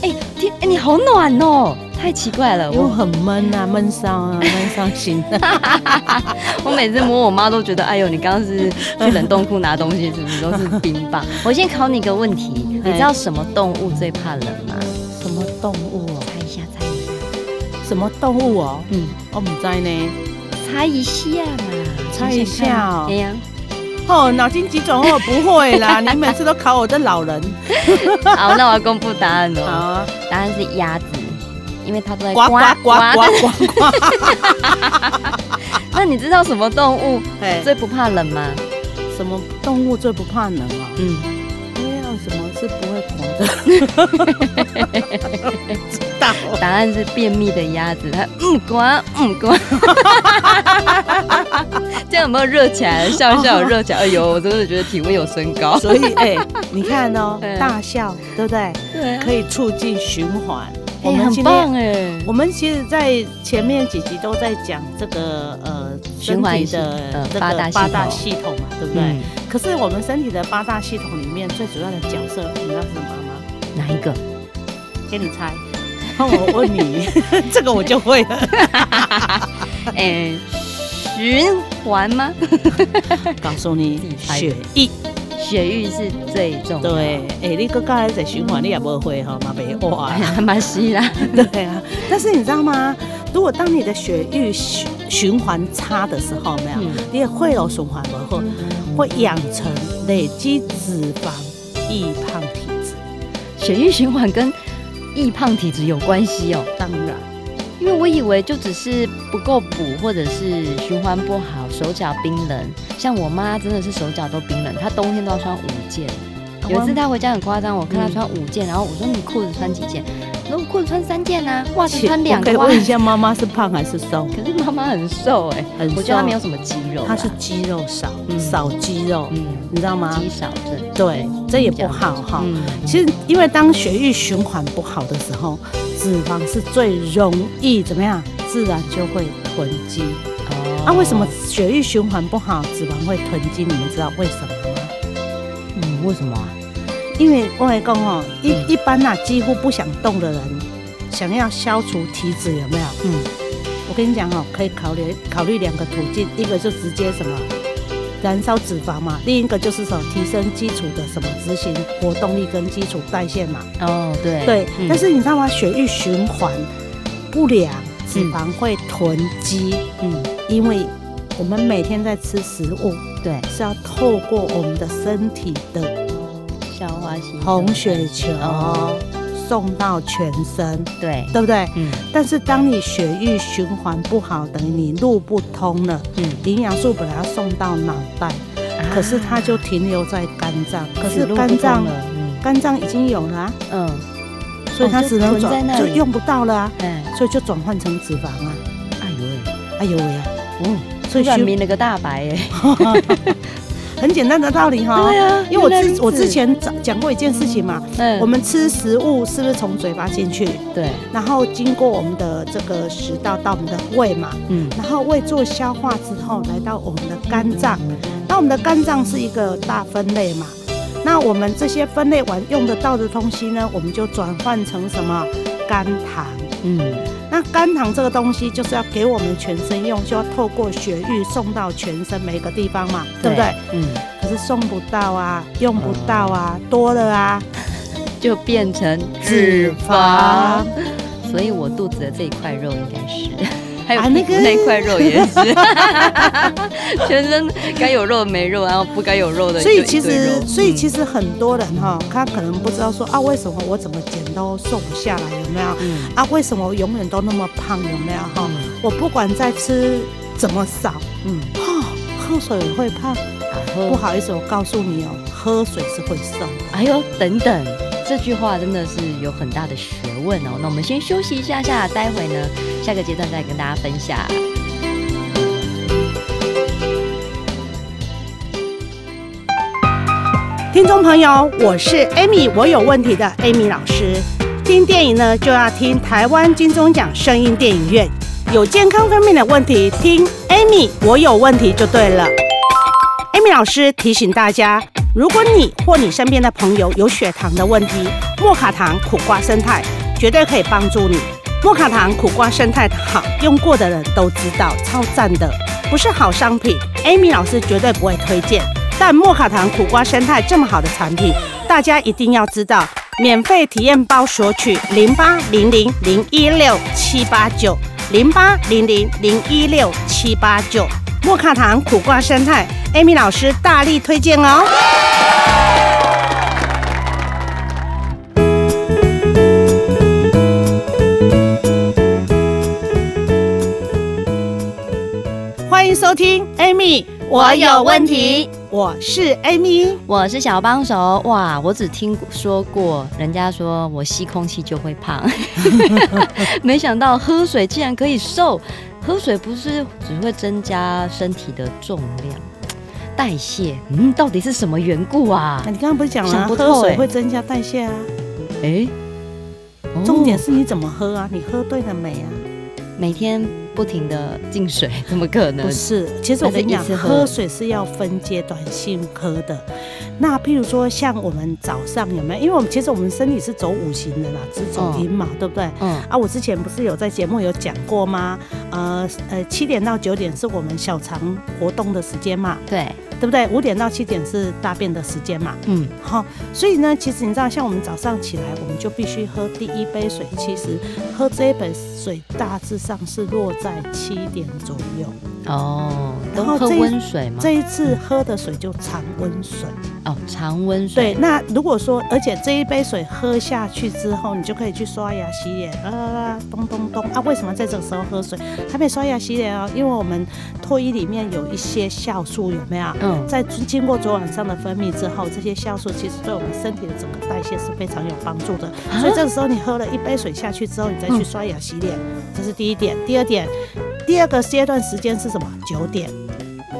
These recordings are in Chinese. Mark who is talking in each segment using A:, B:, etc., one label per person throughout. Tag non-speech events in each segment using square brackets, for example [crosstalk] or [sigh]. A: 哎天哎你好暖哦，太奇怪了，
B: 因为
A: 我
B: 很闷啊，闷伤 [laughs] 啊，闷伤心啊。
A: 我每次摸我妈都觉得，哎呦你刚刚是去冷冻库拿东西是不是都是冰棒？ [laughs] 哎我先考你一个问题，你知道什么动物最怕冷吗？
B: 什么动物哦？
A: 猜一下，猜一下，
B: 什么动物哦？
A: 嗯，
B: 我不知道呢。
A: 猜一下嘛，
B: 猜一下哦
A: 哎呀。
B: 哦，脑筋急转弯我不会 [laughs] 啦，你每次都考我的老人。 [laughs]
A: 好，那我要公布答案
B: 好
A: 哦。
B: 啊，
A: 答案是鸭子，因为它都在
B: 呱呱呱呱呱呱。
A: [laughs] 那你知道什么动物
B: [laughs] 哎，
A: 最不怕冷吗？
B: 什么动物最不怕冷啊？
A: 嗯，
B: 没有什么是不会狂的，知道
A: 答案是便秘的鸭子，它嗯呱嗯呱。这样有没有热起来？笑一笑有热起来。哎呦，我真的觉得体温有升高。
B: [laughs] 所以哎、你看哦，
A: [laughs] 对
B: 大笑对不对？
A: 对啊
B: 可，以促进循环。
A: 哎很棒哎。
B: 我们其实，在前面几集都在讲这个呃
A: 循环
B: 身体
A: 系
B: 的
A: 呃
B: 这
A: 八大
B: 个
A: 系
B: 八大
A: 统
B: 系统嘛，对不对？
A: 嗯，
B: 可是我们身体的八大系统里面最主要的角色，你知道是什
A: [laughs]
B: 么吗？
A: 哪一个？
B: 给你猜。那哦我问你， [laughs] 这个我就会了。
A: [laughs] 哎，循环吗？
B: [laughs] 告诉你
A: 自己，猜
B: 血液
A: 血域是最重要的。
B: 对，
A: [laughs]
B: 哎、你搁刚才在循环，你也不会哈，嘛袂哇
A: 哎。呀，蛮稀啦。
B: [laughs] 对啊，但是你知道吗？如果当你的血液循循环差的时候，有没有，
A: 嗯
B: 你也会有循环不好，会养成累积脂肪、易胖体质。
A: 血液循环跟易胖体质有关系哦，
B: 当然，
A: 因为我以为就只是不够补，或者是循环不好，手脚冰冷。像我妈真的是手脚都冰冷，她冬天都要穿五件。
B: 哦
A: 有一次她回家很夸张，我看她穿五
B: 嗯
A: 件，然后我说你裤子穿几件？她说我裤子穿三件啊，袜子穿两
B: 我可以
A: 个。袜
B: 问一
A: 子。
B: 下，妈妈是胖还是瘦？
A: [laughs] 可是妈妈很瘦哎、
B: 很瘦
A: 我觉得她没有什么肌肉啦，
B: 她是肌肉少，
A: 嗯
B: 少肌肉，
A: 嗯
B: 你知道吗
A: 肌？少症，
B: 对，这也不好哈。
A: 嗯，
B: 其实，因为当血液循环不好的时候，脂肪是最容易怎么样，自然就会囤积。
A: 哦
B: 那、啊为什么？血液循环不好，脂肪会囤积？你们知道为什么吗？
A: 嗯，为什么啊？
B: 因为我来讲哦，一、
A: 嗯
B: 一般呐、几乎不想动的人，想要消除体脂有没有？
A: 嗯，
B: 我跟你讲哦，可以考虑考虑两个途径，一个就直接什么燃烧脂肪嘛，另一个就是什么提升基础的什么执行活动力跟基础代谢嘛。
A: 哦，对
B: 对，
A: 嗯
B: 但是你知道吗？血液循环不良，脂肪会囤积，
A: 嗯，
B: 因为我们每天在吃食物，
A: 对，
B: 是要透过我们的身体的
A: 消化系
B: 红血球
A: 哦
B: 送到全身，
A: 对，
B: 对不对？
A: 嗯
B: 但是当你血液循环不好，等于你路不通了，
A: 嗯，
B: 营养素本来要送到脑袋，嗯
A: 啊
B: 可是它就停留在肝脏，可是肝脏
A: 嗯
B: 肝脏已经有了啊、
A: 嗯，
B: 所以它
A: 哦就
B: 只能
A: 囤在
B: 转
A: 那
B: 就
A: 里
B: 用不到了啊，
A: 哎，
B: 所以就转换成脂肪啊。
A: 哎呦喂，
B: 哎呦喂啊，
A: 嗯，
B: 所以
A: 突然
B: 循
A: 明了个大白
B: [laughs]
A: 哎，
B: 很简单的道理哈。
A: [laughs] 啊
B: 因为我之我之，前讲讲过一件事情嘛，
A: 嗯
B: 我们吃食物是不是从嘴巴进去，
A: 对，
B: 然后经过我们的这个食道到我们的胃嘛，
A: 嗯
B: 然后胃做消化之后，来到我们的肝脏。
A: 嗯
B: 那我们的肝脏是一个大分类嘛，那我们这些分类完用得到的东西呢，我们就转换成什么肝糖。
A: 嗯，
B: 那肝糖这个东西就是要给我们全身用，就要透过血液送到全身每个地方嘛，对不对？？
A: 嗯，
B: 可是送不到啊，用不到啊，多了啊，
A: 就变成
B: 脂肪。
A: 所以我肚子的这一块肉应该
B: [laughs]
A: 是，还有
B: 啊
A: 屁
B: 那
A: 股
B: 个
A: 那一块
B: [laughs]
A: 肉也是，全身该有肉的没肉，然后不该有肉的
B: 所
A: 就
B: 以
A: 一
B: 其
A: 堆肉
B: 实，所以
A: 嗯
B: 其实很多人哈、他可能不知道说啊，为什么我怎么减都瘦不下来，有没有？
A: 嗯
B: 啊，为什么我永远都那么胖，有没有哈？
A: 嗯
B: 我不管再吃怎么少，
A: 嗯，
B: 哦，喝水也会胖。
A: 然
B: 不
A: 后
B: 好意思，我告诉你哦，喝水是会瘦的。
A: 哎呦等等，这句话真的是有很大的学问哦。那我们先休息一下下，待会呢下个阶段再跟大家分享。
B: 听众朋友，我是 Amy，我有问题的 Amy 老师。听电影呢，就要听台湾金钟奖声音电影院。有健康方面的问题，听 Amy，我有问题就对了。Amy 老师提醒大家，如果你或你身边的朋友有血糖的问题，莫卡糖苦瓜生态绝对可以帮助你。莫卡糖苦瓜生态好，用过的人都知道，超赞的，不是好商品，Amy 老师绝对不会推荐。但莫卡糖苦瓜生态这么好的产品，大家一定要知道。免费体验包索取零八零零零一六七八九零八零零零一六七八九。莫卡糖苦瓜生态，Amy 老师大力推荐哦。欢迎收听 Amy，
A: 我有问题，
B: 我是 Amy。
A: 我是小帮手，哇，我只听说过人家说我吸空气就会胖， [laughs] 没想到喝水竟然可以瘦。喝水不是只会增加身体的重量、代谢，嗯，到底是什么缘故啊
B: 啊、？你刚刚不是讲了、
A: 想不透
B: 喝水
A: 欸
B: 会增加代谢啊？
A: 哎、
B: 重点
A: 哦
B: 是你怎么喝啊？你喝对了没啊？
A: 每天不停的进水，怎么可能
B: 不？是，其实我
A: 还是
B: 跟你
A: 一
B: 讲，
A: 次喝
B: 喝水是要分阶段性喝的。那譬如说，像我们早上有没有？因为我们其实我们身体是走五行的啦，只走
A: 嗯
B: 阴嘛，对不对？
A: 嗯，
B: 啊，我之前不是有在节目有讲过吗？呃呃，七点到九点是我们小肠活动的时间嘛，
A: 对，
B: 对不对？五点到七点是大便的时间嘛，
A: 嗯，
B: 好、所以呢，其实你知道，像我们早上起来，我们就必须喝第一杯水。其实喝这一杯水，大致上是落在七点左右。
A: 哦，都
B: 然后
A: 喝
B: 这一
A: 温水吗？
B: 这一次喝的水就常温水。
A: 哦，常温
B: 对，
A: 水，
B: 那如果说，而且这一杯水喝下去之后，你就可以去刷牙、洗脸，啦啦啦，咚咚咚啊！为什么在这个时候喝水？还没刷牙、洗脸哦，因为我们唾液里面有一些酵素，有没有？
A: 嗯，
B: 在经过昨晚上的分泌之后，这些酵素其实对我们身体的整个代谢是非常有帮助的。
A: 啊嗯
B: 所以这个时候你喝了一杯水下去之后，你再去刷牙洗脸，这是第一点。第二点，第二个阶段时间是什么？九点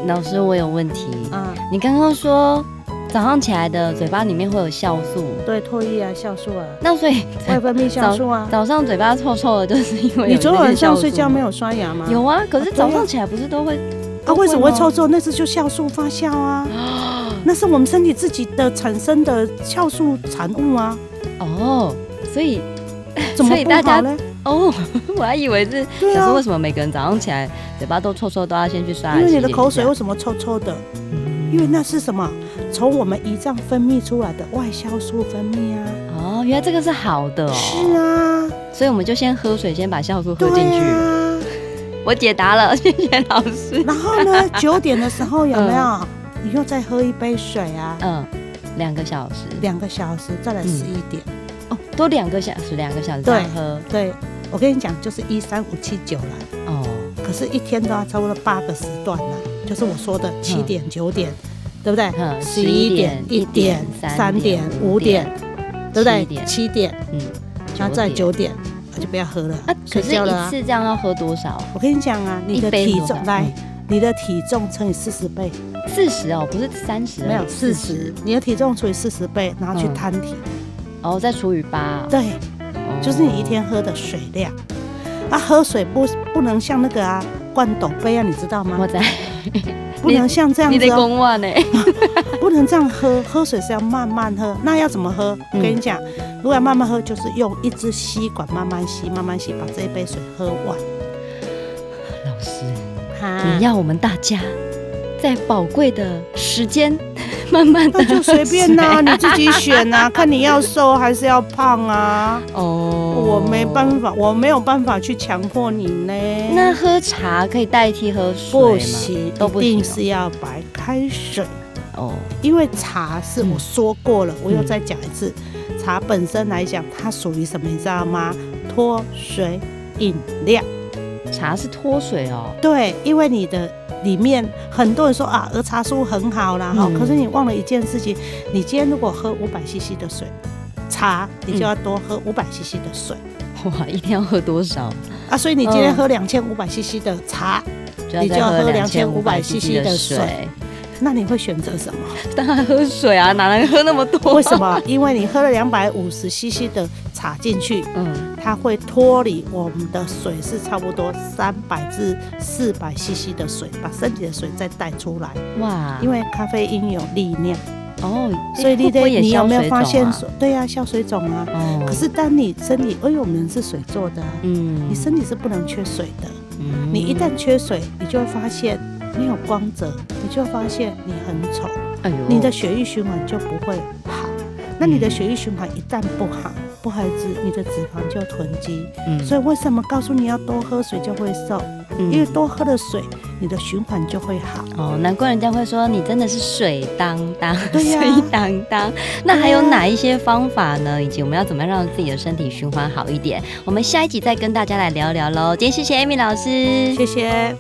A: 老师，我有问题。
B: 啊，
A: 你刚刚说早上起来的嘴巴里面会有酵素，
B: 对，唾液啊，酵素啊，
A: 那所以
B: 外分泌酵素啊。
A: 早上嘴巴臭臭的，就是因为
B: 你昨晚上
A: 上
B: 睡觉没？有刷牙吗？
A: 有啊，可是
B: 啊对啊
A: 早上起来不是都会
B: 啊，为什么会
A: 吗
B: 臭臭？那是就酵素发酵
A: [gasps]
B: 啊，那是我们身体自己的产生的酵素产物啊，
A: 哦，所以
B: 怎么
A: 所以
B: 不
A: 大家
B: 好呢？
A: 哦， [laughs] 我还以为是
B: 对
A: 想
B: 啊
A: 说为，什么每个人早上起来嘴巴都臭臭，都要先去刷
B: 因
A: 牙洗
B: 为你
A: 脸一下？
B: 的口水为什么臭臭的？因为那是什么？从我们胰脏分泌出来的外酵素分泌啊。
A: 哦，原来这个是好的哦。
B: 是，啊，
A: 所以我们就先喝水，先把酵素喝进
B: 对
A: 去。
B: 啊。
A: 我解答了， [laughs] 谢谢老师。
B: 然后
A: [laughs]
B: 呢，九点的时候有没有？你又再喝一杯水啊，
A: 嗯，两个小时，
B: 两个小时，再来
A: 嗯
B: 十一点。
A: 哦，都两个小时，两个小时这样喝。
B: 对，我跟你讲，就是一三五七九了。
A: 哦，
B: 可是，一天都要差不多八个时段了，就是我说的七
A: 嗯
B: 点、九点，对不对？
A: 嗯
B: 十一点、一点、三点、五点，，对不对
A: 7点？
B: 七点，
A: 嗯，
B: 然后再
A: 九
B: 九点，那就不要喝了
A: 啊，，
B: 睡
A: 可是一
B: 觉了啊
A: 次。这样要喝多少？
B: 我跟你讲啊，你的
A: 一杯
B: 体
A: 多少
B: 重来
A: 嗯，
B: 你的体重乘以四十倍，
A: 四十哦，不是三十，
B: 没有四十，你的体重除以四十倍，然后去
A: 嗯
B: 摊体，
A: 哦，再除以八，
B: 对，
A: 哦
B: 就是你一天喝的水量。啊，喝水不不能像那个啊罐斗杯啊，你知道
A: 我
B: 吗？
A: 在
B: 不能像这样
A: 你
B: 子
A: 得
B: 哦，[laughs]
A: 公万呢，
B: 不能这样喝。喝水是要慢慢喝，那要怎么喝？
A: 嗯
B: 我跟你讲，如果要慢慢喝，就是用一支吸管慢慢吸，慢慢吸，把这一杯水喝完。
A: 老师，
B: 哈
A: 你要我们大家在宝贵的时间 [laughs] 慢慢
B: 那
A: 的
B: 就随便啦、
A: [laughs] 水
B: 你自己选
A: [laughs]
B: 啊，看你要瘦还是要胖啊。 [laughs]
A: 哦，
B: 我没办。法，我没有办法去强迫你呢。
A: 那喝茶可以代替喝水吗？
B: 不行，
A: 都不
B: 一
A: 行
B: 定是要白开水，
A: 哦。
B: 因为茶是
A: 嗯
B: 我说过了，我又
A: 嗯
B: 再讲一次，茶本身来讲，它属于什么，你知道吗？脱水饮料。
A: 哦茶是脱水哦。 [laughs]
B: 对，因为你的里面很多人说啊，儿茶素很好啦哈、
A: 嗯
B: 可是你忘了一件事情，你今天如果喝五百 CC 的水，茶你就要多
A: 嗯
B: 喝五百 CC 的水、
A: 哇，一天要喝多少？
B: 啊，所以你今天
A: 嗯
B: 喝两千五百 CC 的茶，
A: 要
B: 你就
A: 再
B: 要喝
A: 2500
B: 2500
A: 的
B: 的水。那你会选择什么？
A: [laughs] 当然喝水啊，哪能喝那么多？
B: 为什？么？因为你喝了两百五十 CC 的茶进去，
A: [laughs] 嗯，
B: 它会脱离我们的水是差不多三百至四百 CC 的水，把身体的水再带出来，
A: 哇，
B: 因为咖啡因有力量。
A: 哦，
B: 所以你
A: 会不
B: 得
A: 会也
B: 你有
A: 消
B: 没有
A: 水
B: 发
A: 肿
B: 现
A: 啊
B: 说，对呀、消水肿啊。
A: 哦，
B: 可是当你身体，因为我们是水做的啊，
A: 嗯，
B: 你身体是不能缺水的。
A: 嗯
B: 你一旦缺水，你就会发现没有光泽，你就会发现你很丑，
A: 哎呦
B: 你的血液循环就不会好。那你的血液循环一旦不好，不好子，你的脂肪就囤积。
A: 嗯
B: 所以为什么告诉你要多喝水就会瘦？
A: 嗯
B: 因为多喝了水，你的循环就会好。
A: 哦，难怪人家会说你真的是水当当，
B: 对呀
A: [laughs] 水当当。那还有
B: 对呀
A: 哪一些方法呢？以及我们要怎么样让自己的身体循环好一点？我们下一集再跟大家来聊聊喽。今天谢谢 Amy 老师，
B: 谢谢。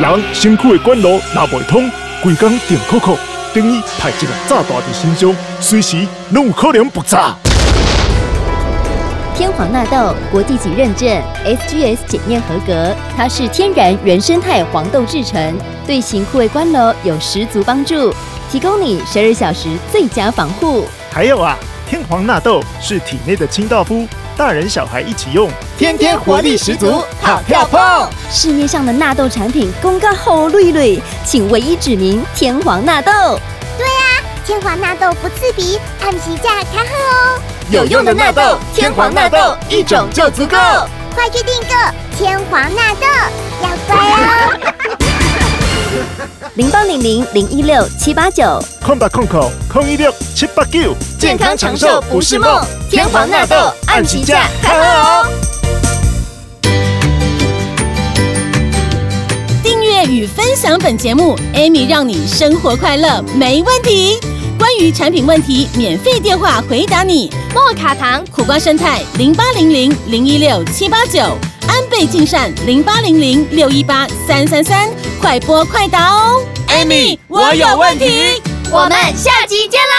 C: 人身躯的管路拉袂通，规工定扣扣，等于派一个炸弹伫身上，随时拢有可能爆炸。
D: 天皇纳豆国际级认证，SGS 检验合格。它是天然原生态黄豆制成，对型枯萎关楼有十足帮助，提供你十二小时最佳防护。
C: 还有啊，天皇纳豆是体内的清道夫，大人小孩一起用，天天活力十足，好跳蹦。
D: 市面上的纳豆产品公告后绿绿，请唯一指明天皇纳豆。
E: 天皇纳豆不刺鼻，按时价开喝哦！
C: 有用的纳豆，天皇纳豆一种就足够。
E: 快去订购天皇纳豆，要乖哦！
D: 零八零零零一六七八九，
C: 空吧空口，空一六七八九，健康长寿不是梦。天皇纳豆按起价，看哦。
F: 订阅与分享本节目，Amy 让你生活快乐没问题。关于产品问题，免费电话回答你。莫卡糖苦瓜生态零八零零零一六七八九，安倍晋善零八零零六一八三三三，快播快答哦。Amy，我有问题。
E: 我们下集见啦！